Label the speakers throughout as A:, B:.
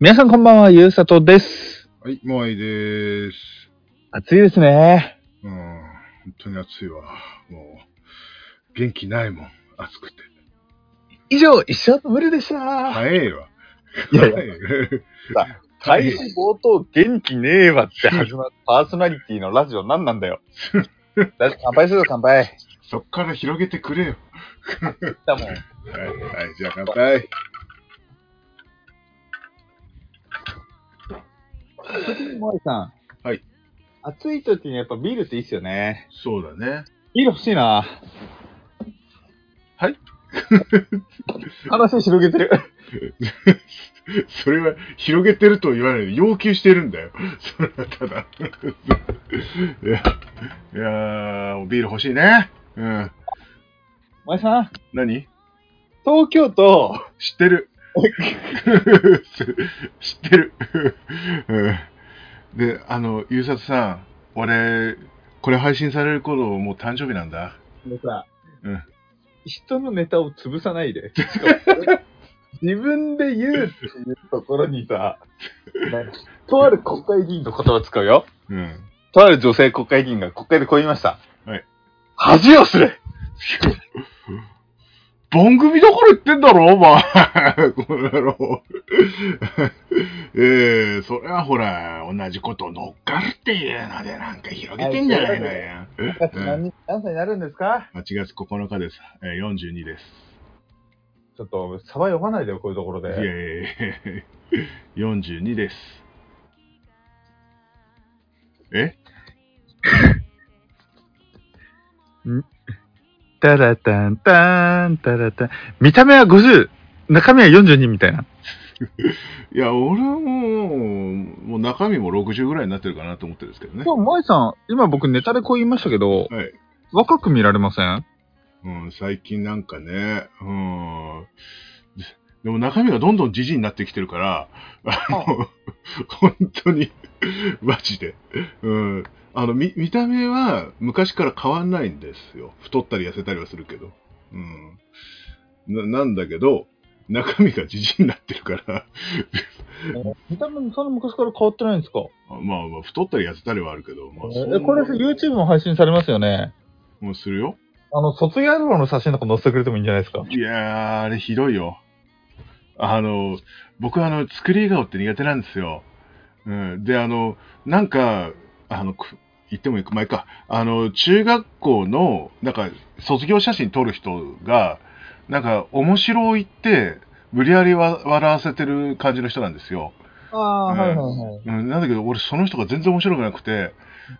A: 皆さんこんばんは、ゆうさとです。
B: はい、モアイでーす。
A: 暑いですね。
B: うん、本当に暑いわ。もう、元気ないもん、暑くて。
A: 以上、一緒の無理でした。
B: 早えわ。
A: いやいや
B: 早え
A: 開始冒頭、元気ねえわって始まるパーソナリティのラジオ何なんだよ。だ乾杯するぞ、乾杯。
B: そっから広げてくれよ。
A: だもん。
B: はい、はい、じゃあ乾杯。
A: 森さん。
B: はい。
A: 暑い時にやっぱビールっていいっすよね。
B: そうだね。
A: ビール欲しいな。
B: はい
A: 話広げてる。
B: それは広げてるとは言わないで、要求してるんだよ。それはただ。 いや、いやービール欲しいね。うん。
A: お前さん、
B: 何
A: 東京都、
B: 知ってる。 知ってる。うんで、あの、ゆうさつさん、俺、これ配信される頃、もう誕生日なんだ。
A: もうさ、
B: うん
A: 人のネタを潰さない で。しかも自分で言うっていうところにさ、なんかとある国会議員の言葉を使うよ。
B: うん。
A: とある女性国会議員が国会でこう言いました。
B: はい。
A: 恥をする
B: 番組だから言ってんだろ、お前。 この野郎。 ええそれはほら、同じこと乗っかるっていうので、なんか広げてんじゃないのよ。うん
A: 何何歳になるんですか
B: 8月9日です。えー42です。
A: ちょっと、サバ読まないでよ、こういうところ
B: いやい
A: で。
B: やいや いや42です。え
A: タラタンタン、タラタン。見た目は50、中身は42みたいな。
B: いや、俺はもう、もう中身も60ぐらいになってるかなと思ってるんですけど
A: で。
B: ね
A: も、萌さん、今僕ネタでこう言いましたけど、
B: はい。
A: 若く見られませ ん
B: うん、最近なんかね、うん。ででも中身がどんどんじじいになってきてるから、あの、 本当に、 マジで。うん。あの、見、見た目は昔から変わんないんですよ。太ったり痩せたりはするけど。うん。な、なんだけど、中身がじじいになってるから、
A: 見た目もそんな昔から変わってないんですか
B: まあまあ、太ったり痩せたりはあるけど、まあ、
A: えこれ YouTube も配信されますよね。
B: もうするよ。
A: あの、卒業アルバムの写真とか載せてくれてもいいんじゃないですか
B: いやー、あれひどいよ。あの、僕はあの、作り顔って苦手なんですよ。うん。で、あの、なんか、あの、く言ってもいく前か、あの、中学校の、なんか、卒業写真撮る人が、なんか、面白いって、無理やりわ笑わせてる感じの人なんですよ。
A: ああ、
B: うん
A: はいはいはい。
B: うん、なんだけど、俺、その人が全然面白くなくて、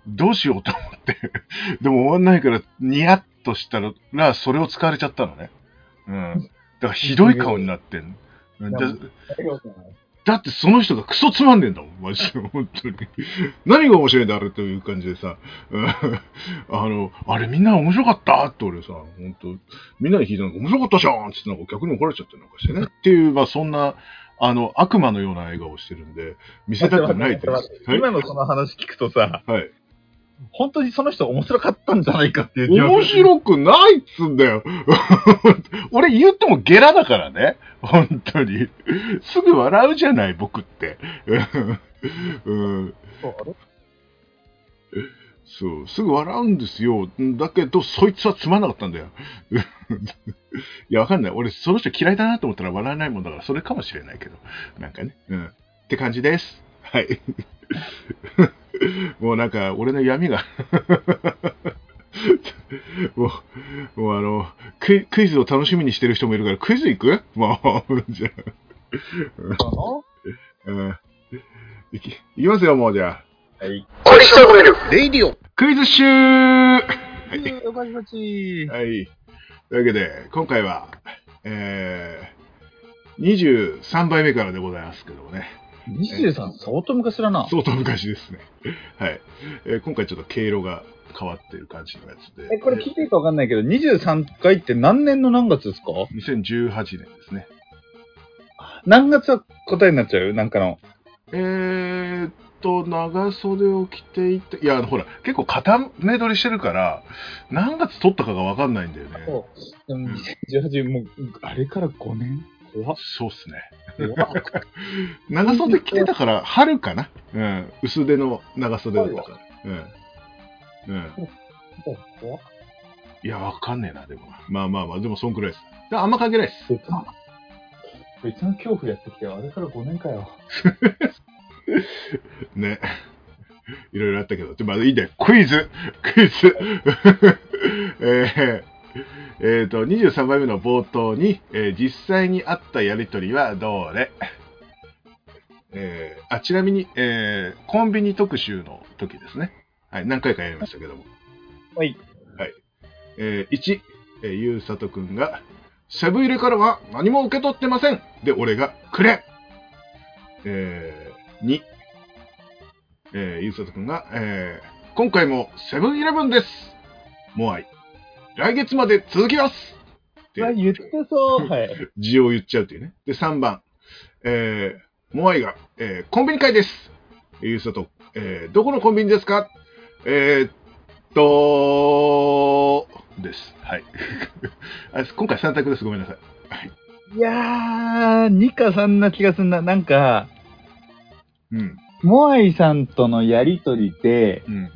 B: どうしようと思って、 でも終わんないから、ニヤッとしたら、それを使われちゃったのね。うん。だから、ひどい顔になってんの。だだって、その人がクソつまんねえんだもん、マジで、 本当に。何が面白いんだ、あれという感じでさ、うんあの、あれ、みんな面白かったって俺さ、本当みんなに聞いたのが面白かったじゃんってなんか逆に怒られちゃってなんかしてね。っていう、まあ、そんな、あの、悪魔のような笑顔をしてるんで、見せたくないで
A: 待って
B: す。
A: 待って
B: はい
A: 今のその話聞くとさ、
B: はい。
A: 本当にその人面白かったんじゃないかっていう疑惑。
B: 面白くないっつんだよ。 俺言ってもゲラだからね。本当に。すぐ笑うじゃない、僕って。うん、そう、すぐ笑うんですよ。だけど、そいつはつまんなかったんだよ。 いや、わかんない。俺、その人嫌いだなと思ったら笑えないもんだから、それかもしれないけど。なんかね。うん。って感じです。はい。 もうなんか、俺の闇が。もう、もうあのクイ、クイズを楽しみにしてる人もいるから、クイズ行くもう、じゃあ、うん。いき、いきますよ、もうじゃあ。
A: はい。
B: クイズ集は
A: よかしばち。
B: い。というわけで、今回は、えー、23杯目からでございますけどもね。
A: 23、相当昔だな。
B: 相当昔ですね。 はい。えー今回ちょっと経路が変わってる感じのやつで。
A: え、これ聞いていいかわかんないけど、23回って何年の何月ですか
B: 2018年ですね。
A: 何月は答えになっちゃうなんかの。
B: えーっと、長袖を着ていて、いや、あのほら、結構固め取りしてるから、何月取ったかがわかんないんだよね。
A: そう。でも2018、もう、あれから5年怖っ。
B: そうっすね。
A: 怖っ
B: 長袖着てたから、春かな。うん。薄手の長袖だったから。うん。うん。
A: 怖っ。
B: いや、わかんねえな、でも。まあまあまあ、でもそんくらいです。だあんま関係ないです。
A: 別の、別の恐怖やってきて、あれから5年かよ。
B: ね。 いろいろあったけど。でまあいいんだよ。クイズクイズ えー、えーと、23番目の冒頭に、えー実際にあったやりとりはどれえーあ、ちなみに、えーコンビニ特集の時ですね。はい、何回かやりましたけども。
A: はい。
B: えー1、えーゆうさとくんが、セブン入れからは何も受け取ってませんで、俺が、くれえー、2、えーゆうさとくんが、えー今回もセブンイレブンですモアイ。来月まで続きますって
A: あ、言ってそう。はい。
B: 字を言っちゃうっていうね。で、3番、えー、モアイが、えーコンビニ会です。ゆうさと、えーどこのコンビニですかえーっと、です。はい。 あ今回3択です。ごめんなさい。
C: いやー、2か3な気がすんな。なんか、
B: うん。
C: モアイさんとのやりとりで、
B: うん。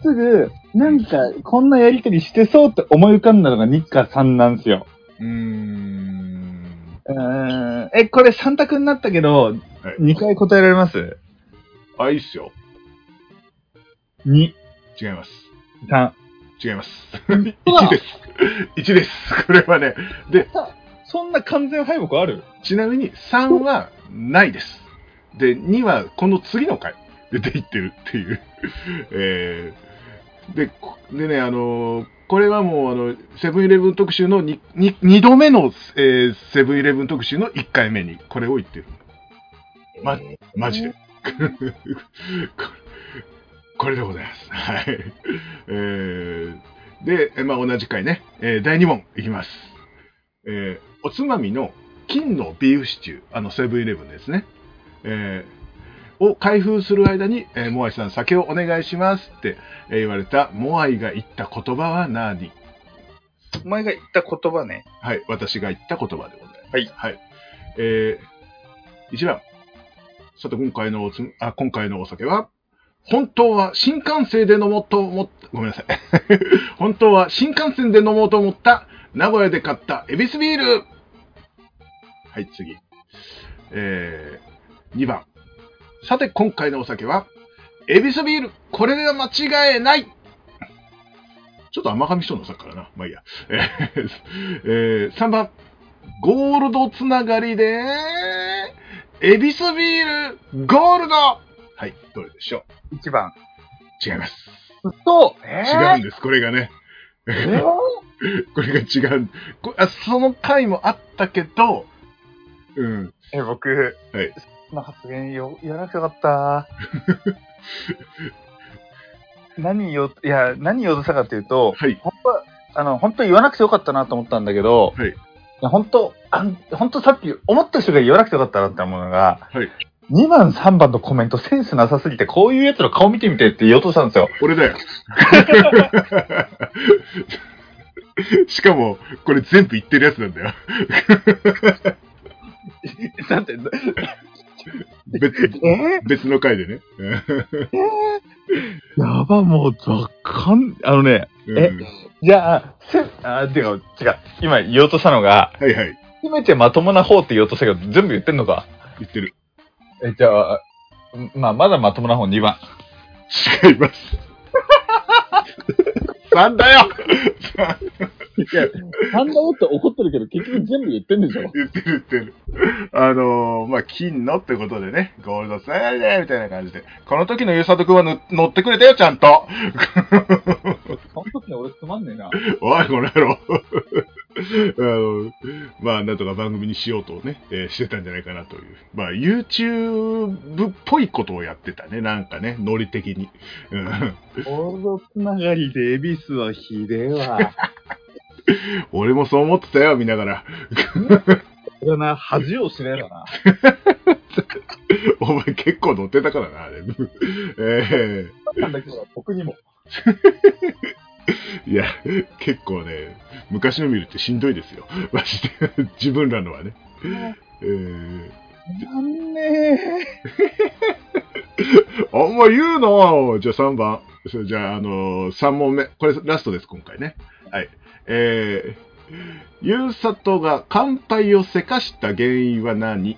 C: すぐ、なんか、こんなやりとりしてそうって思い浮かんだのが2か3なんですよ。
B: うーん。
C: うーん。え、これ3択になったけど、
B: はい、
C: 2回答えられます
B: あ、いいっすよ。
C: ?2、
B: 違います。
C: 3。
B: 違います。1です。1です。これはね。
C: そんな完全敗北ある
B: ちなみに3はないです。で、2はこの次の回で出ていってるっていう。 えーで、こでね、あのーこれはもう、あの、セブンイレブン特集の 2, 2度目の、えーセブンイレブン特集の1回目にこれを言ってる。まマジで。これ これでございます。はい。えーで、えまあ、同じ回ね、えー第2問いきます。えーおつまみの金のビーフシチュー、あの、セブンイレブンですね。えーを開封する間に、えーモアイさん酒をお願いしますって、えー言われたモアイが言った言葉は何
C: お前が言った言葉ね。
B: はい、私が言った言葉でございます。はい。はい。えー、1番。さて、今回のおつ、あ、今回のお酒は、本当は新幹線で飲もうと思った、ごめんなさい。 本当は新幹線で飲もうと思った、名古屋で買ったエビスビールはい、次。えー、2番。さて、今回のお酒は、エビスビールこれでは間違えないちょっと甘噛みしそうなさっきからな。まあいいや。えーえー3番、ゴールドつながりで、エビスビール、ゴールドはい、どれでしょ
C: 1番。
B: う違います。
C: と、
B: 違うん
C: え
B: です、これがね。
C: ー、違う
B: これが違うこあ。その回もあったけど、うん、
C: え、僕、
B: はい
C: その発言よ、やらなくてよか った。何よ、いや、何よとしたかっていうと、
B: はい。
C: 本当は、あの、本当言わなくてよかったなと思ったんだけど、
B: はい
C: や本当、あん本当さっき思った人が言わなくてよかったなって思うのが、
B: はい
C: 2番、3番のコメントセンスなさすぎて、こういうやつの顔見てみてって言おうとしたんですよ。
B: 俺だよ。 しかも、これ全部言ってるやつなんだよ。
C: だって、
B: 別
C: え
B: 別の回でね。
C: やば、もう、わかん、あのね、
B: うん
C: えじゃあ、せ、あ、てか、違う、今言おうとしたのが、
B: はいはい。
C: せめてまともな方って言おうとしたけど、全部言ってんのか。
B: 言ってる。
C: え、じゃあ、んまあ、まだまともな方2番。
B: 違います。なんだよ
A: いや、なんだよって怒ってるけど、結局全部言ってんでしょ。
B: 言ってる言ってる。あのー、まあ、金のってことでね、ゴールドつながりで、みたいな感じで。この時のゆうさとくんはぬ乗ってくれたよ、ちゃんと。
A: その時に俺つまんねえな。
B: おい、この野郎。 あのまあ、なんとか番組にしようとね、えーしてたんじゃないかなという。まあ、YouTube っぽいことをやってたね、なんかね、ノリ的に。うん
A: ゴールドつながりで恵比寿はひでえわ。
B: 俺もそう思ってたよ、見ながら。
A: だな、恥を知れだな。
B: お前結構乗ってたからな、あれ。 えー
A: なんだけど、僕にも。
B: い や、結構ね、昔の見るってしんどいですよ。まして、自分らのはね。えー
C: なんね
B: あんま言うなじゃあ3番。そうじゃあ、あのー、3問目。これラストです、今回ね。はい。えー、ユンサトが乾杯をせかした原因は何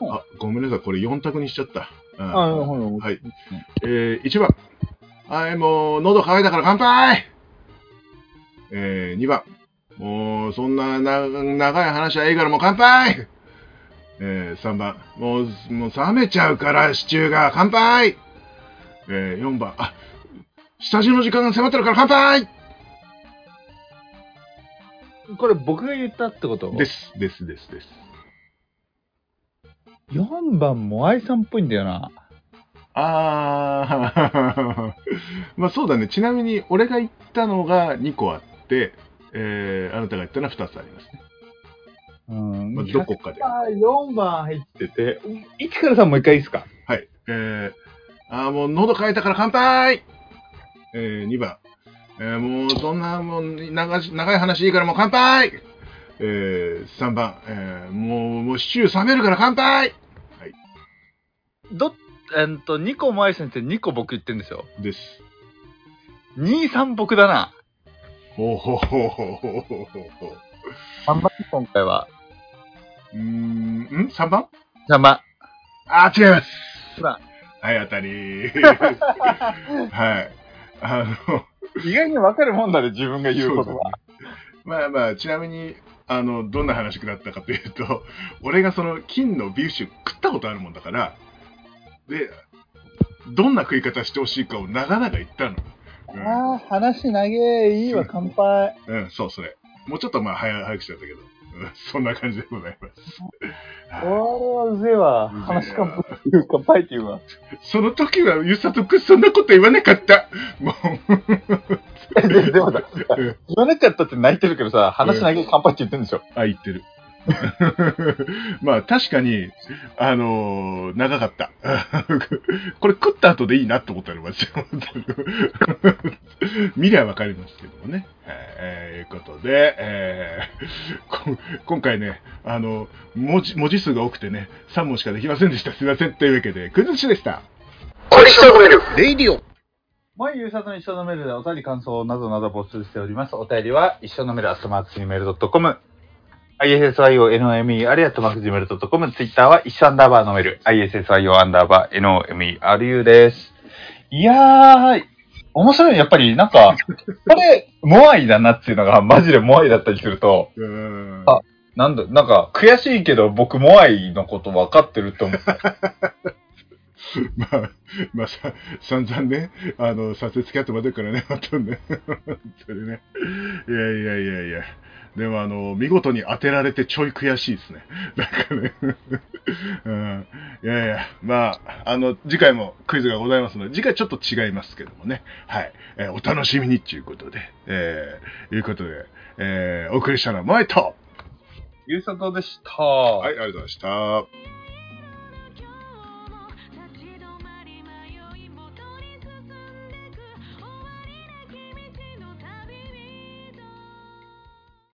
B: あ、ごめんなさい。これ4択にしちゃった。うん
C: あ、ほら、
B: はい。えー、1番。はい、もう、喉乾いたから乾杯えー、2番。もう、そんなな長い話はいいからもう乾杯えー、3番。もう、もう冷めちゃうから、シチューが乾杯えー、4番。あ、下地の時間が迫ってるから乾杯
A: これ僕が言ったってこと
B: です、です、です、です。
C: 4番も愛さんっぽいんだよな。
B: あー、 まあそうだね。ちなみに、俺が言ったのが2個あって、えー、あなたが言ったのは2つありますね。
C: うん。
B: まあ、どこかで。
A: あ4番入ってて、1から3もう一回いいですか
B: はい。えー、あーもう喉乾いたから乾杯えー、2番。えー、もうそんな、もう長し長い話いいからもう乾杯えー、3番。えー、もう、もうシチュー冷めるから乾杯
A: ど、えーっと、2個も愛さんって2個僕言ってんですよ。
B: です。
A: 2、3僕だな。
B: ほうほうほうほうほうほうほうほう。
A: 3番、今回は。
B: うーん、ん ?3 番
A: 3番。
B: あー、違います。
A: ほら
B: はい、当たり。はい。あの、
C: 意外に分かるもんだね、自分が
B: 言うことは。まあまあ、ちなみに、あの、どんな話だったかというと、 俺がその金のビーフシチュー食ったことあるもんだから、で、どんな食い方してほしいかを長々言ったの。
C: ああ、話長え、いいわ、乾杯。
B: うん、うん、そう、それ。もうちょっとまあ早早くしちゃったけど、うん、そんな感じでございます。はい
C: 俺はうぜえわ。話乾杯っていうか、乾杯って いうわ。
B: その時は、ゆさとくんそんなこと言わなかった。もう
C: ででもだ、
B: うん
C: 言わなかったって泣いてるけどさ、話長え、乾杯って言ってんでしょ。
B: あ、言ってる。 まあ確かに、あのー長かった。 これ食った後でいい なってことありますよ。見りゃわかりますけどもね。えー、いうことで、えーこ今回ね、あの、文字、文字数が多くてね、3問しかできませんでした。すいません。というわけで、クイズッシュでした。
A: 毎夕方の一緒のメールでお便り感想などなど募集しております。お便りは一緒のメール、アスマーツメールドットコム。ISSIONOME アリアットマークジメールドットコム。ツイッターは一緒アンダーバーのメール。ISSIO アンダーバー NOMERU です。いやー、面白い。やっぱりなんか、これ、モアイだなっていうのがマジでモアイだったりすると、
B: うーん。
A: あなんだ、なんか悔しいけど僕モアイのこと分かってると思う。
B: まあ、まあさ、散々ね、あの、撮影付き合ってもらってるからね、本 当にね。本当にね。いやいやいやいや。でも、あの、見事に当てられてちょい悔しいですね。なんかね。うん。いやいや、まあ、あの、次回もクイズがございますので、次回ちょっと違いますけどもね。はい。えーお楽しみにということで、えーいうことで、えーお送りしたのは、マイト
A: ゆうさとでした。
B: はい、ありがとうございました。